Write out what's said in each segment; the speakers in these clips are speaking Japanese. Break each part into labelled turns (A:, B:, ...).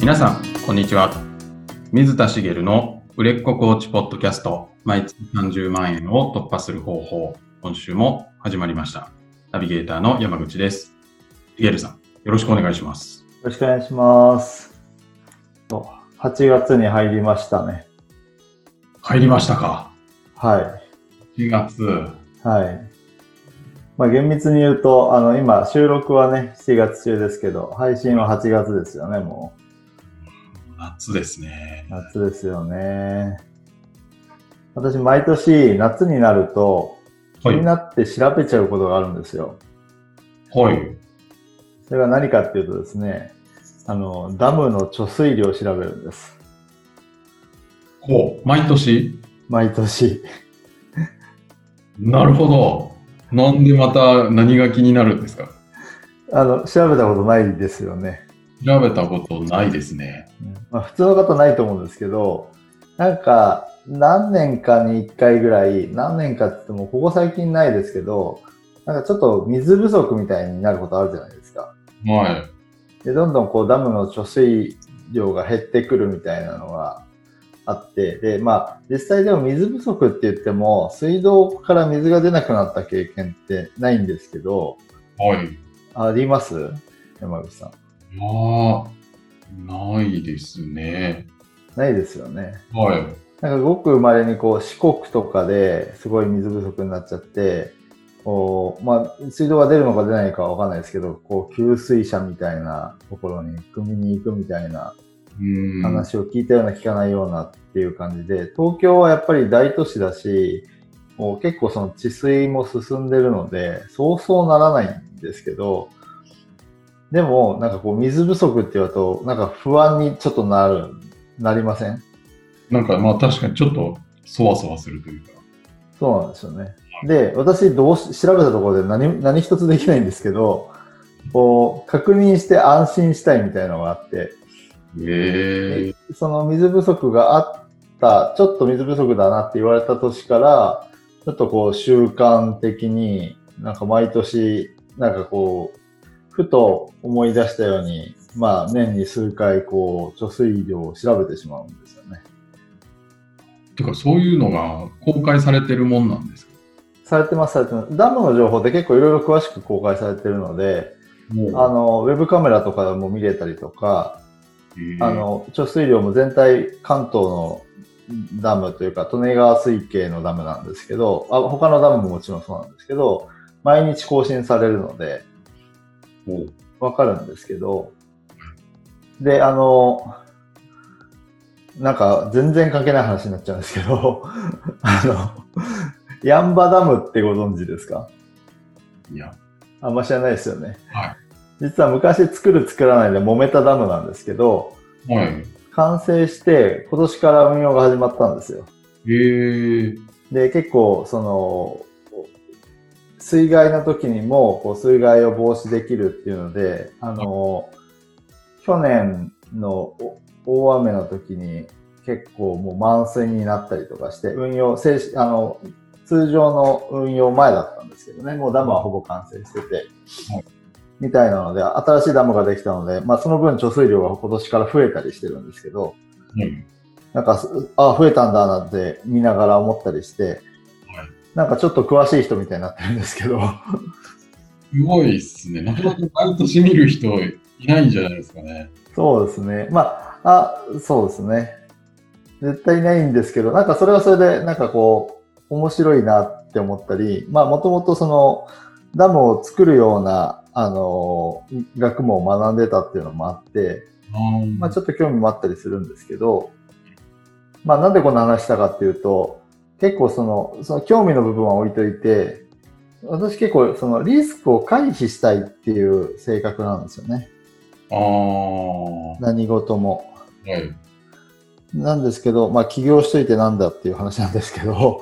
A: 皆さん、こんにちは。水田茂の売れっ子コーチポッドキャスト、毎月30万円を突破する方法、今週も始まりました。ナビゲーターの山口です。茂さん、よろしくお願いします。
B: よろしくお願いします。そう8月に入りましたね。
A: 入りましたか
B: は
A: ?4 月。
B: い。はい。まあ厳密に言うと、あの、今、収録はね、7月中ですけど、配信は8月ですよね、も
A: 夏ですね
B: う。。夏ですよね。私、毎年、夏になると、気
A: は
B: に
A: い。
B: なって調べちゃうことがあるんですよ。
A: はい。
B: それが何かっていうとですね、あの、ダムの貯水量を調べるんです。
A: ほう。毎年
B: 毎年。
A: なるほど。なんでまた何が気になるんですか
B: あの、調べたことないですよね。
A: 調べたことないですね。
B: まあ、普通の方ないと思うんですけど、なんか、何年かに1回ぐらい、何年かって言っても、ここ最近ないですけど、なんかちょっと水不足みたいになることあるじゃないですか。
A: は
B: で、どんどんこうダムの貯水量が減ってくるみたいなのがあって、で、まあ、実際でも水不足って言っても、水道から水が出なくなった経験ってないんですけど、
A: い。はい。
B: あります山口さん。
A: いやーないですね。
B: ないですよね。
A: はい。
B: なんかごくまれにこう四国とかですごい水不足になっちゃって、こうまあ、水道が出るのか出ないかはわかんないですけど、こう給水車みたいなところに組みに行くみたいな
A: うーん。
B: 話を聞いたような聞かないようなっていう感じで、東京はやっぱり大都市だし、もう結構その治水も進んでるので、そうそうならないんですけど、でもなんかこう水不足って言うと、なんか不安にちょっとなる、なりません
A: なんかまあ確かにちょっとそわそわするというか。
B: そうなんですよね。で、私どうし、調べたところで何、何一つできないんですけど、こう、確認して安心したいみたいなのがあって、
A: ええ
B: その水不足があった、ちょっと水不足だなって言われた年から、ちょっとこう、習慣的に、なんか毎年、なんかこう、ふと思い出したように、まあ、年に数回、こう、貯水量を調べてしまうんですよね。
A: てかそういうのが公開されてるもんなんですか
B: されてます、されてます。ダムの情報って結構いろいろ詳しく公開されてるので、あの、ウェブカメラとかも見れたりとか、
A: ええ
B: あの、貯水量も全体関東のダムというか、利根川水系のダムなんですけど、あ他のダムももちろんそうなんですけど、毎日更新されるので、
A: ほう
B: わかるんですけど、で、あの、なんか全然関係ない話になっちゃうんですけど、 あの、ヤンバダムってご存知ですか
A: いや。
B: あんま知らないですよね。
A: はい
B: 実は昔作る作らないで揉めたダムなんですけど、
A: はい。
B: 完成して今年から運用が始まったんですよ。
A: ええ
B: で、結構その、水害の時にもこう水害を防止できるっていうので、あの、去年のお大雨の時に結構もう満水になったりとかして、運用、正式あの、通常の運用前だったんですけどね、もうダムはほぼ完成してて
A: はい、
B: みたいなので、新しいダムができたので、まあその分貯水量が今年から増えたりしてるんですけど、
A: はい。
B: なんか、すあ、増えたんだなんて見ながら思ったりして、なんかちょっと詳しい人みたいになってるんですけど、
A: すごいっすね。なかなか毎年見る人いないんじゃないですかね。
B: そうですね。まあ、あ、そうですね。絶対ないんですけど、なんかそれはそれで、なんかこう、面白いなって思ったり、まあ、もともとその、ダムを作るような、あの、学問を学んでたっていうのもあって、
A: あー
B: まあ、ちょっと興味もあったりするんですけど、まあ、なんでこんな話したかっていうと、結構その、その興味の部分は置いといて、私結構そのリスクを回避したいっていう性格なんですよね。
A: あー。は
B: 何事も。
A: い。
B: なんですけど、まあ起業しといてなんだっていう話なんですけど、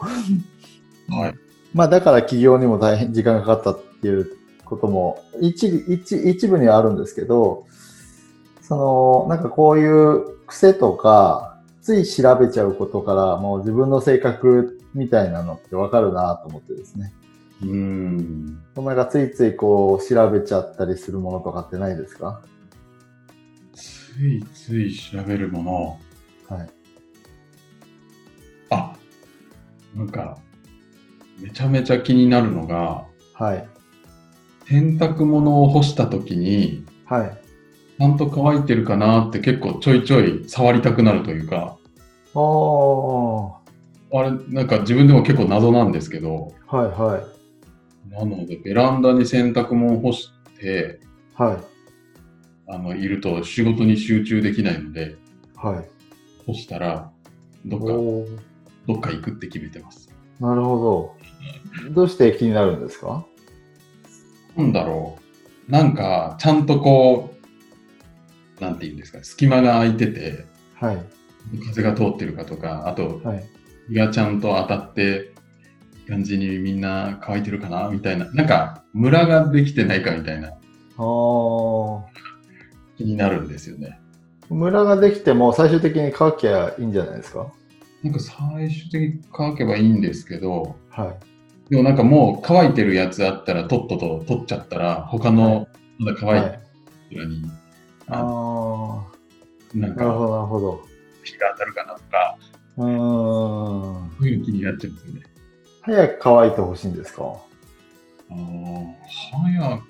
A: はい。
B: まあだから起業にも大変時間がかかったっていうことも一一一部にはあるんですけど、そのなんかこういう癖とか、つい調べちゃうことからもう自分の性格みたいなのってわかるなと思ってですね。
A: うーん。
B: お前がついついこう調べちゃったりするものとかってないですか
A: ついつい調べるもの。
B: はい。
A: あ、なんか、めちゃめちゃ気になるのが、
B: はい。
A: 洗濯物を干した時に、
B: はい。
A: ちゃんと乾いてるかなって結構ちょいちょい触りたくなるというか、
B: おー。
A: あれ、なんか自分でも結構謎なんですけど、
B: はいはい。
A: なので、ベランダに洗濯物を干して、
B: はい。
A: あの、いると仕事に集中できないので、
B: はい。
A: 干したら、どっか、
B: おー
A: どっか行くって決めてます。
B: なるほど。どうして気になるんですか
A: なんだろう。なんか、ちゃんとこう、なんて言うんですか、隙間が空いてて、
B: はい。
A: 風が通ってるかとか、あと、
B: はい。
A: 日がちゃんと当たって、いい感じにみんな乾いてるかなみたいな。なんか、ムラができてないかみたいな、
B: あー。
A: 気になるんですよね。
B: ムラができても最終的に乾きゃいいんじゃないですか
A: なんか、最終的に乾けばいいんですけど、
B: はい。
A: でもなんかもう乾いてるやつあったら、とっとと取っちゃったら、他のまだ乾いて
B: い。
A: るやつに、
B: あー。
A: なん
B: なる
A: か
B: ほど、なるほど。
A: 日が当たるかなとか、
B: うー
A: そ
B: ん。
A: ういうの気になっちゃうんですよね。
B: 早く乾いてほしいんですか
A: あの早く、い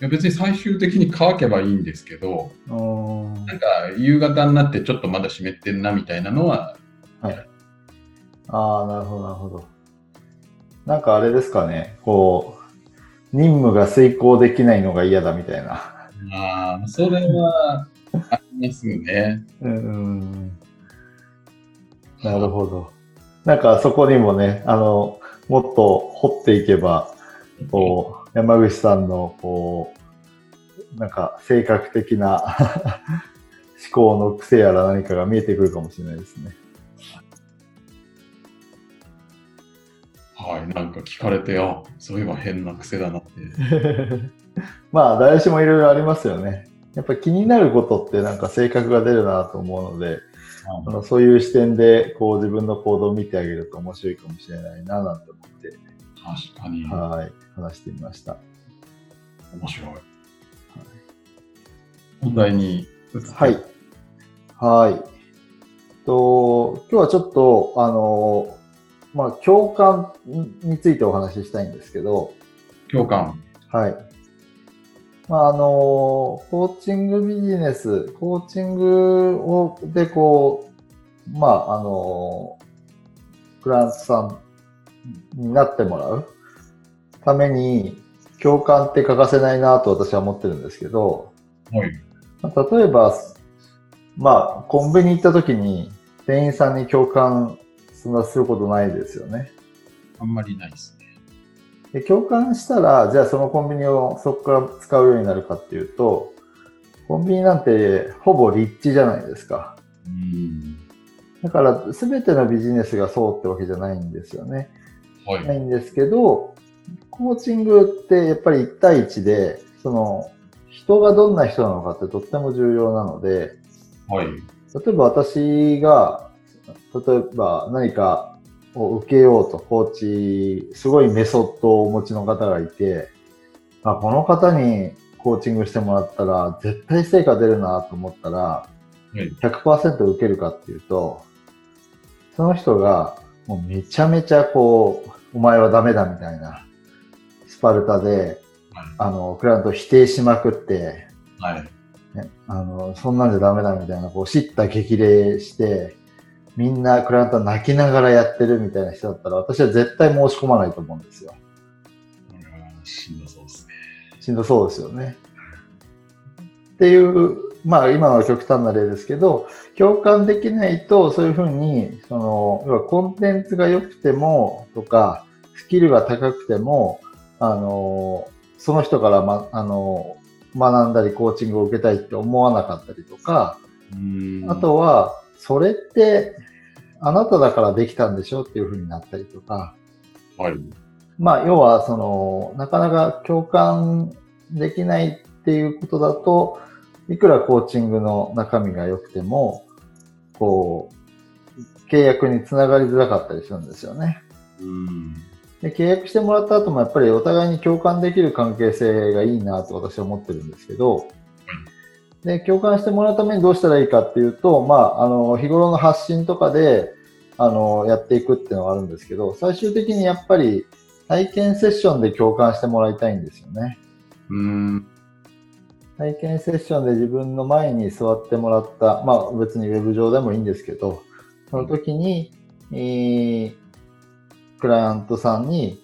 A: や別に最終的に乾けばいいんですけど、
B: うーん。
A: なんか夕方になってちょっとまだ湿ってんなみたいなのは、
B: ああ、なるほど、なるほど。なんかあれですかね、こう、任務が遂行できないのが嫌だみたいな。
A: あーそれはありますよね。
B: うん。なるほど。なんかそこにもね、あの、もっと掘っていけば、こう、山口さんの、こう、なんか性格的な 思考の癖やら何かが見えてくるかもしれないですね。
A: はい、なんか聞かれて、あそういえば変な癖だなって。
B: まあ、誰しもいろいろありますよね。やっぱ気になることってなんか性格が出るなと思うので、あのそういう視点でこう自分の行動を見てあげると面白いかもしれないななんて思って、
A: 確かに面
B: はい、話してみました。
A: 白い。本題に。
B: はい。。はい。と、今日はちょっと、あの、まあ、共感についてお話ししたいんですけど、
A: 共感。
B: はい。まあ、あの、コーチングビジネス、コーチングを、で、こう、まあ、あの、クライアントさんになってもらうために、共感って欠かせないなと私は思ってるんですけど、
A: はい。
B: まあ例えば、まあ、コンビニ行った時に、店員さんに共感、そんなすることないですよね。
A: あんまりないですね。
B: で共感したら、じゃあそのコンビニをそこから使うようになるかっていうと、コンビニなんてほぼ立地じゃないですか。
A: うん。
B: だから全てのビジネスがそうってわけじゃないんですよね。
A: は。
B: ないいんですけど、コーチングってやっぱり1対1で、その人がどんな人なのかってとっても重要なので、
A: はい。
B: 例えば私が、例えば何かを受けようと、コーチ、すごいメソッドをお持ちの方がいて、あ、この方にコーチングしてもらったら、絶対成果出るなと思ったら
A: うん、
B: 100%受けるかっていうと、その人が、もうめちゃめちゃこう、お前はダメだみたいな、スパルタで、あの、クライアントを否定しまくって、
A: はい。
B: ね、あの、そんなんじゃダメだみたいな、こう、叱咤激励して、みんなクライアントは泣きながらやってるみたいな人だったら、私は絶対申し込まないと思うんですよ。
A: うんしんどそうですね。
B: しんどそうですよね。っていう、まあ今のは極端な例ですけど、共感できないと、そういうふうに、その、要はコンテンツが良くても、とか、スキルが高くても、あの、その人から、ま、あの、学んだり、コーチングを受けたいって思わなかったりとか、
A: うん
B: あ、とは、それって、あなただからできたんでしょっていう風になったりとか、
A: はい。
B: まあ、要は、その、なかなか共感できないっていうことだと、いくらコーチングの中身が良くても、こう、契約につながりづらかったりするんですよね。
A: うん。
B: で契約してもらった後もやっぱりお互いに共感できる関係性がいいなと私は思ってるんですけど、で、共感してもらうためにどうしたらいいかっていうと、まあ、あの、日頃の発信とかで、あの、やっていくっていうのがあるんですけど、最終的にやっぱり体験セッションで共感してもらいたいんですよね。
A: うん。
B: 体験セッションで自分の前に座ってもらった、まあ別にウェブ上でもいいんですけど、その時に、えークライアントさんに、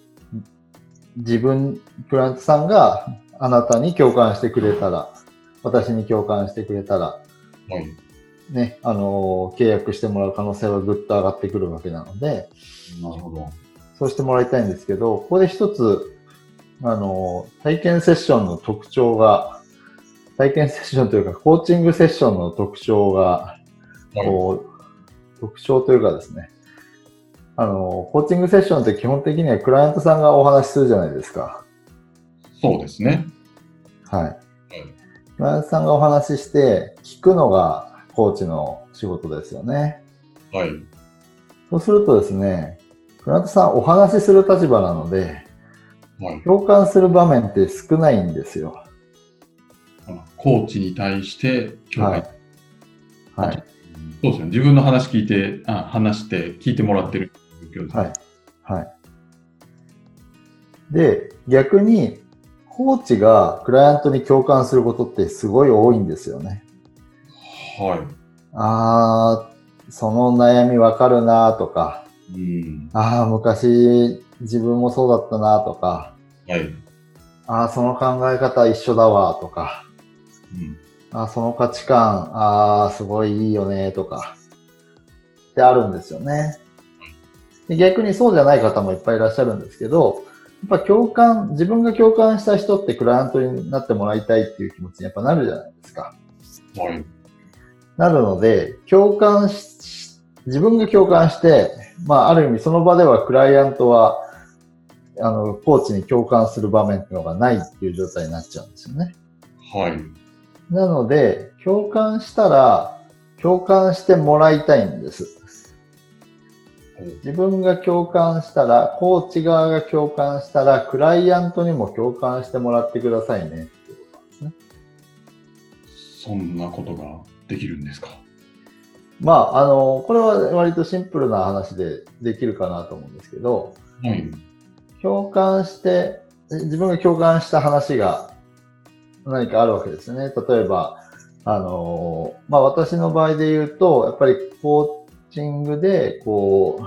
B: 自分、クライアントさんがあなたに共感してくれたら、私に共感してくれたら、
A: はい。
B: ね、あのー契約してもらう可能性はぐっと上がってくるわけなので、
A: なるほど。
B: そうしてもらいたいんですけど、ここで一つ、あの、体験セッションの特徴が、体験セッションというか、コーチングセッションの特徴が、こう、特徴というかですね、あの、コーチングセッションって基本的にはクライアントさんがお話しするじゃないですか。
A: そうですね。
B: はい。クライアントさんがお話しして、聞くのがコーチの仕事ですよね。
A: はい。
B: そうするとですね、クライアントさんお話しする立場なので、
A: はい。
B: 共感する場面って少ないんですよ。
A: コーチに対して共
B: は
A: 感。
B: い。はい。
A: そうですね。自分の話聞いて、あ話して聞いてもらってる状況ですね。
B: はい。はい。で、逆に、コーチがクライアントに共感することってすごい多いんですよね。
A: は
B: あー、その悩みわかるなとか、
A: い。うん。
B: あー、昔自分もそうだったなとか、
A: はい。う
B: あー、その考え方一緒だわとか、
A: ん。
B: あー、その価値観、あー、すごいいいよねとか、ってあるんですよね。で逆にそうじゃない方もいっぱいいらっしゃるんですけど、やっぱ共感、自分が共感した人ってクライアントになってもらいたいっていう気持ちにやっぱなるじゃないですか。
A: はい。
B: なるので、共感し、自分が共感して、まあある意味その場ではクライアントは、あの、コーチに共感する場面っていうのがないっていう状態になっちゃうんですよね。
A: はい。
B: なので、共感したら、共感してもらいたいんです
A: うん。
B: 自分が共感したら、コーチ側が共感したら、クライアントにも共感してもらってくださいね。
A: そんなことができるんですか。
B: まあ、あの、これは割とシンプルな話でできるかなと思うんですけど、
A: はい。
B: 共感して、え自分が共感した話が何かあるわけですね。例えば、あのーまあ、私の場合で言うと、やっぱりコーチングで、こう、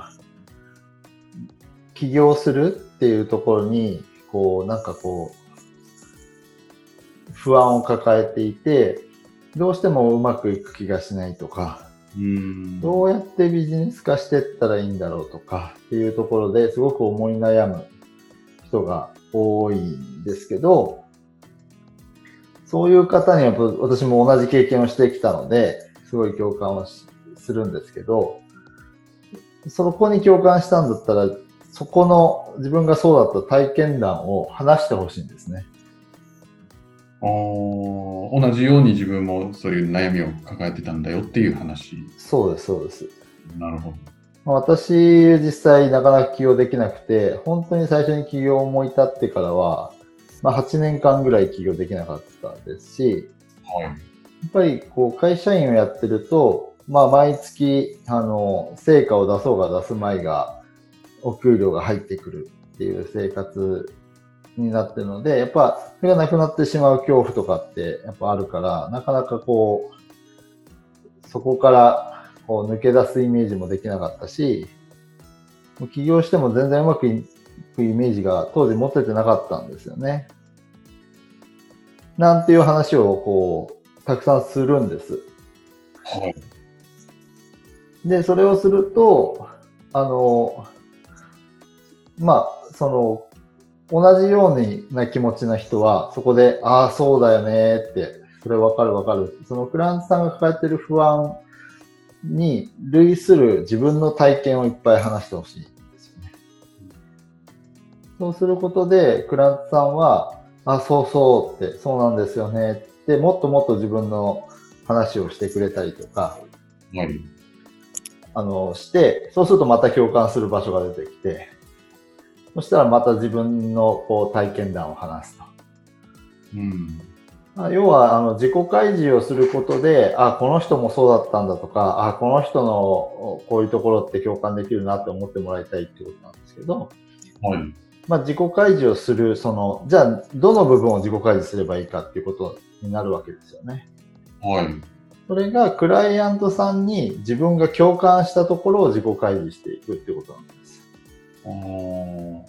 B: 起業するっていうところに、こう、なんかこう、不安を抱えていて、どうしてもうまくいく気がしないとか、
A: うん。
B: どうやってビジネス化していったらいいんだろうとかっていうところですごく思い悩む人が多いんですけど、そういう方には私も同じ経験をしてきたので、すごい共感をしするんですけど、そこに共感したんだったら、そこの自分がそうだった体験談を話してほしいんですね。
A: あー同じように自分もそういう悩みを抱えてたんだよっていう話。
B: そうです、そうです。
A: なるほど。
B: まあ私、実際なかなか起業できなくて、本当に最初に起業を思い立ってからは、まあ、8年間ぐらい起業できなかったですし、
A: はい。
B: やっぱりこう会社員をやってると、まあ、毎月、あの、成果を出そうが出すまいが、お給料が入ってくるっていう生活になってるので、やっぱ、それがなくなってしまう恐怖とかって、やっぱあるから、なかなかこう、そこから、こう、抜け出すイメージもできなかったし、もう起業しても全然うまくいくイメージが当時持っててなかったんですよね。なんていう話を、こう、たくさんするんです。
A: はい。
B: で、それをすると、あの、まあ、その、同じようにな気持ちな人は、そこで、ああ、そうだよねって、それわかるわかる。そのフランスさんが抱えてる不安に類する自分の体験をいっぱい話してほしいんですよね。そうすることで、クランツさんは、あ、そうそうって、そうなんですよねって、もっともっと自分の話をしてくれたりとか、
A: はい。
B: あの、して、そうするとまた共感する場所が出てきて、そしたらまた自分のこう体験談を話すと。
A: うん。
B: まあ要は、あの、自己開示をすることで、あ、この人もそうだったんだとか、あ、この人のこういうところって共感できるなって思ってもらいたいってことなんですけど、
A: はい。
B: まあ、自己開示をする、その、じゃあ、どの部分を自己開示すればいいかっていうことになるわけですよね。
A: はい。
B: それが、クライアントさんに自分が共感したところを自己開示していくってことなんです。
A: あー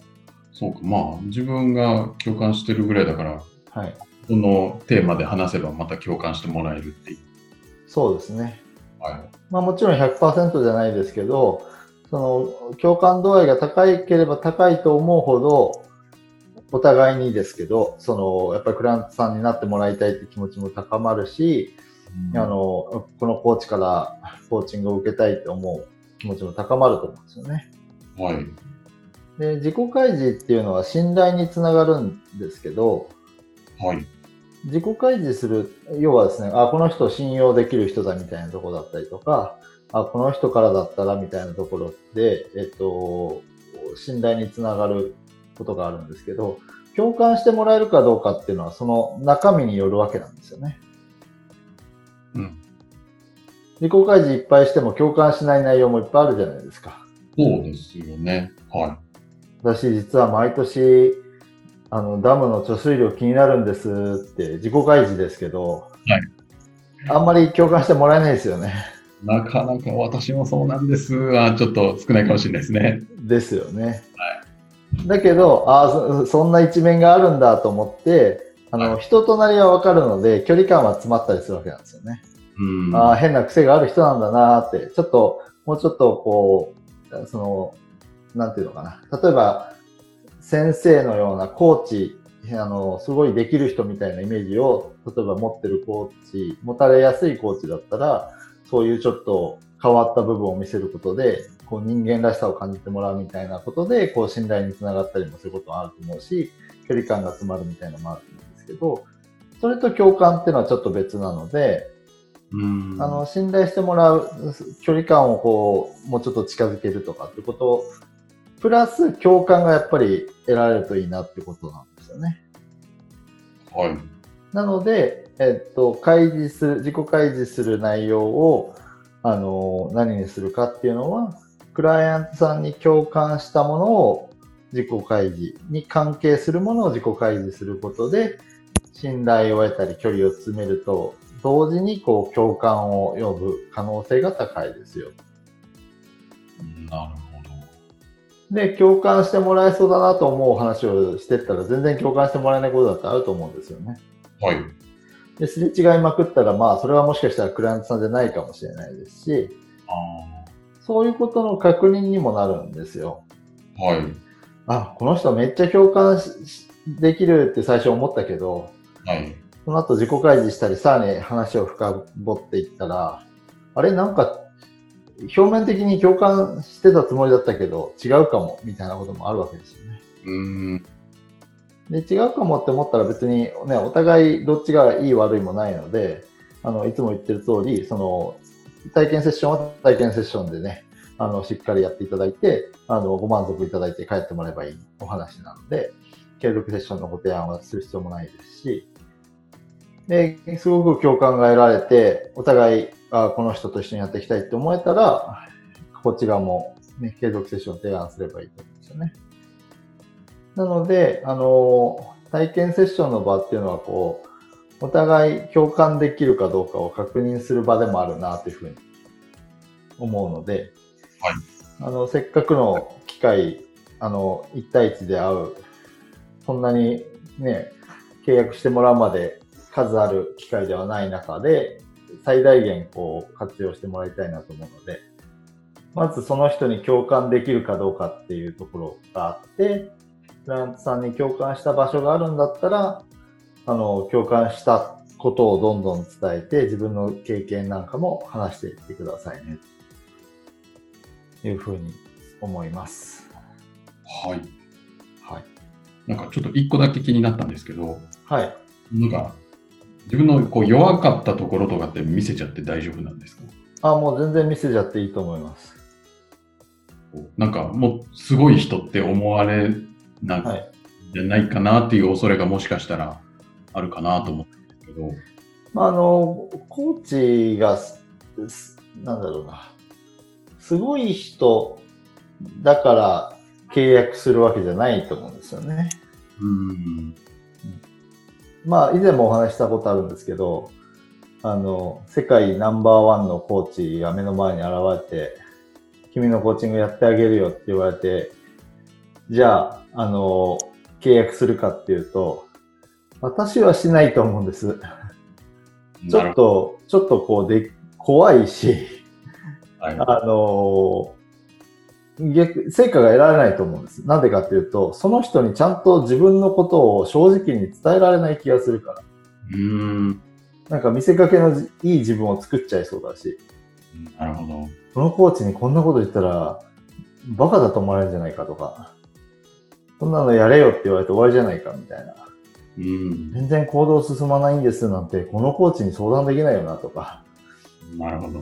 A: そうか。まあ、自分が共感してるぐらいだから、
B: はい。
A: このテーマで話せばまた共感してもらえるっていう。
B: そうですね。
A: は
B: まあ、もちろん100%じゃないですけど、その、共感度合いが高いければ高いと思うほど、お互いにですけど、その、やっぱりクライアントさんになってもらいたいって気持ちも高まるし、
A: い。
B: あの、このコーチから コーチングを受けたいって思う気持ちも高まると思うんですよね。
A: はい。
B: で、自己開示っていうのは信頼につながるんですけど、
A: はい。
B: 自己開示する、要はですね、あ、この人を信用できる人だみたいなところだったりとか、あ、この人からだったらみたいなところで、えっと、信頼につながることがあるんですけど、共感してもらえるかどうかっていうのは、その中身によるわけなんですよね。
A: うん。
B: 自己開示いっぱいしても共感しない内容もいっぱいあるじゃないですか。
A: そうですよね。は
B: 私実は毎年、あの、ダムの貯水量気になるんですって自己開示ですけど、
A: はい
B: あんまり共感してもらえないですよね。
A: い。なかなか私もそうなんですは、ちょっと少ないかもしれないですね。
B: ですよね。だけど、ああ、そそんな一面があるんだと思って、あの、人となりはわかるので、距離感は詰まったりするわけなんですよね。
A: うん。
B: ああ、変な癖がある人なんだなーって、ちょっと、もうちょっとこう、その、なんていうのかな。例えば、先生のようなコーチ、あの、すごいできる人みたいなイメージを、例えば持ってるコーチ、持たれやすいコーチだったら、そういうちょっと変わった部分を見せることで、こう人間らしさを感じてもらうみたいなことで、こう信頼につながったりもすることもあると思うし、距離感が詰まるみたいなのもあると思うんですけど、それと共感っていうのはちょっと別なので、
A: うん
B: あの信頼してもらう距離感をこうもうちょっと近づけるとかってことプラス共感がやっぱり得られるといいなってことなんですよね。
A: はい。
B: なので、えっと、開示する、自己開示する内容を、あの、何にするかっていうのは、クライアントさんに共感したものを自己開示に関係するものを自己開示することで、信頼を得たり距離を詰めると、同時にこう共感を呼ぶ可能性が高いですよ。
A: うんなるほど。
B: で、共感してもらえそうだなと思う話をしてったら、全然共感してもらえないことだってあると思うんですよね。
A: はい。
B: で、すれ違いまくったら、まあ、それはもしかしたらクライアントさんじゃないかもしれないですし、
A: あ
B: そういうことの確認にもなるんですよ。
A: ーはい。
B: あ、この人めっちゃ共感ししできるって最初思ったけど、
A: はい。
B: その後自己開示したり、さらに話を深掘っていったら、あれなんか、表面的に共感してたつもりだったけど、違うかも、みたいなこともあるわけですよね。
A: うん。
B: で違うかもって思ったら別にねお互いどっちがいい悪いもないのであのいつも言ってる通りその体験セッションは体験セッションでねあのしっかりやっていただいてあのご満足いただいて帰ってもらえばいいお話なので継続セッションのご提案はする必要もないですしですごく共感が得られてお互いあこの人と一緒にやっていきたいって思えたらこっち側も、ね、継続セッションを提案すればいいと思うんですよね。なので、あの、体験セッションの場っていうのは、こう、お互い共感できるかどうかを確認する場でもあるなというふうに思うので、
A: はい
B: あの、せっかくの機会、あの、1対1で会う、そんなにね、契約してもらうまで数ある機会ではない中で、最大限こう活用してもらいたいなと思うので、まずその人に共感できるかどうかっていうところがあって、クライアントさんに共感した場所があるんだったら、あの、共感したことをどんどん伝えて、自分の経験なんかも話していってくださいね。というふうに思います。
A: はい。
B: はい。
A: なんかちょっと一個だけ気になったんですけど、
B: はい。
A: なんか自分のこう弱かったところとかって見せちゃって大丈夫なんですか
B: あ、もう全然見せちゃっていいと思います。
A: こうなんかもうすごい人って思われな
B: はいい。
A: じゃないかなっていう恐れがもしかしたらあるかなと思ってけど、
B: まあ、あの、コーチがす、すなんだろうな、すごい人だから契約するわけじゃないと思うんですよね。
A: うん、
B: まあ、以前もお話ししたことあるんですけど、あの、世界ナンバーワンのコーチが目の前に現れて、君のコーチングやってあげるよって言われて、じゃあ、あの、契約するかっていうと、私はしないと思うんです。ち
A: な
B: ょ
A: る
B: っ
A: ほ
B: と、ちょっとこうで、怖いし、
A: ど。はい
B: あのー逆、成果が得られないと思うんです。なんでかっていうと、その人にちゃんと自分のことを正直に伝えられない気がするから。
A: うん、
B: なんか見せかけのじいい自分を作っちゃいそうだし、
A: なるほど。
B: このコーチにこんなこと言ったら、バカだと思われるんじゃないかとか、そんなのやれよって言われて終わりじゃないかみたいな。
A: うん、
B: 全然行動進まないんですなんて、このコーチに相談できないよなとか、
A: なるほど。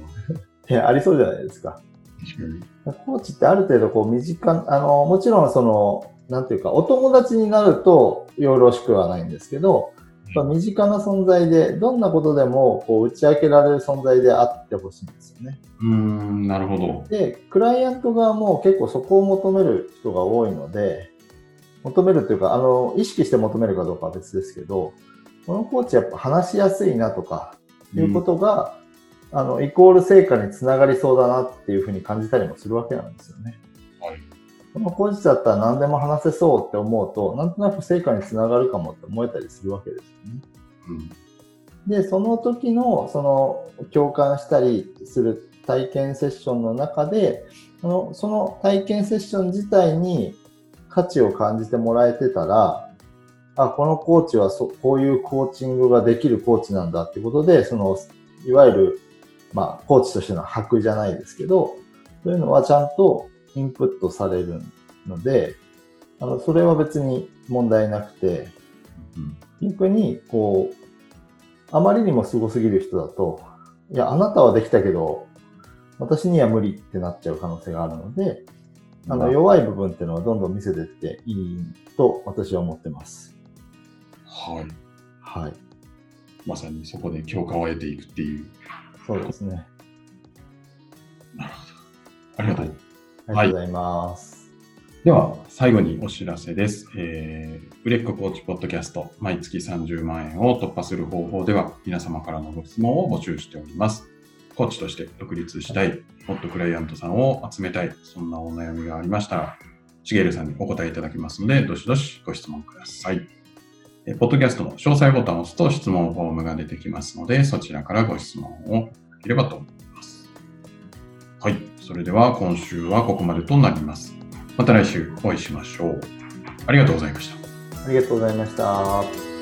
B: いやありそうじゃないですか。
A: 確かに。
B: コーチってある程度こう身近、あの、もちろんその、なんていうか、お友達になるとよろしくはないんですけど、やっぱ身近な存在で、どんなことでもこう打ち明けられる存在であってほしいんですよね。
A: うん、なるほど。
B: で、クライアント側も結構そこを求める人が多いので、求めるというか、あの、意識して求めるかどうかは別ですけど、このコーチやっぱ話しやすいなとか、いうことが、あの、イコール成果につながりそうだなっていうふうに感じたりもするわけなんですよね。
A: はい
B: この工事だったら何でも話せそうって思うと、なんとなく成果につながるかもって思えたりするわけですよね。
A: うん
B: で、その時の、その、共感したりする体験セッションの中で、そのその体験セッション自体に価値を感じてもらえてたら、あ、このコーチはそこういうコーチングができるコーチなんだってことで、その、いわゆる、まあ、コーチとしての箔じゃないですけど、そういうのはちゃんとインプットされるので、あの、それは別に問題なくて、
A: うん
B: 逆に、こう、あまりにもすごすぎる人だと、いや、あなたはできたけど、私には無理ってなっちゃう可能性があるので、あの、弱い部分っていうのはどんどん見せてっていいと私は思ってます。
A: はい。
B: はい。
A: まさにそこで強化を得ていくっていう。
B: そうですね。
A: ありがとう。
B: ありがとうございます。
A: では、最後にお知らせです。えー、売れっ子コーチポッドキャスト、毎月30万円を突破する方法では、皆様からのご質問を募集しております。コーチとして独立したい、もっとクライアントさんを集めたい、そんなお悩みがありましたら、しげるさんにお答えいただきますので、どしどしご質問ください。えーポッドキャストの詳細ボタンを押すと質問フォームが出てきますので、そちらからご質問をいただければと思います。はい。それでは今週はここまでとなります。また来週お会いしましょう。ありがとうございました。
B: ありがとうございました。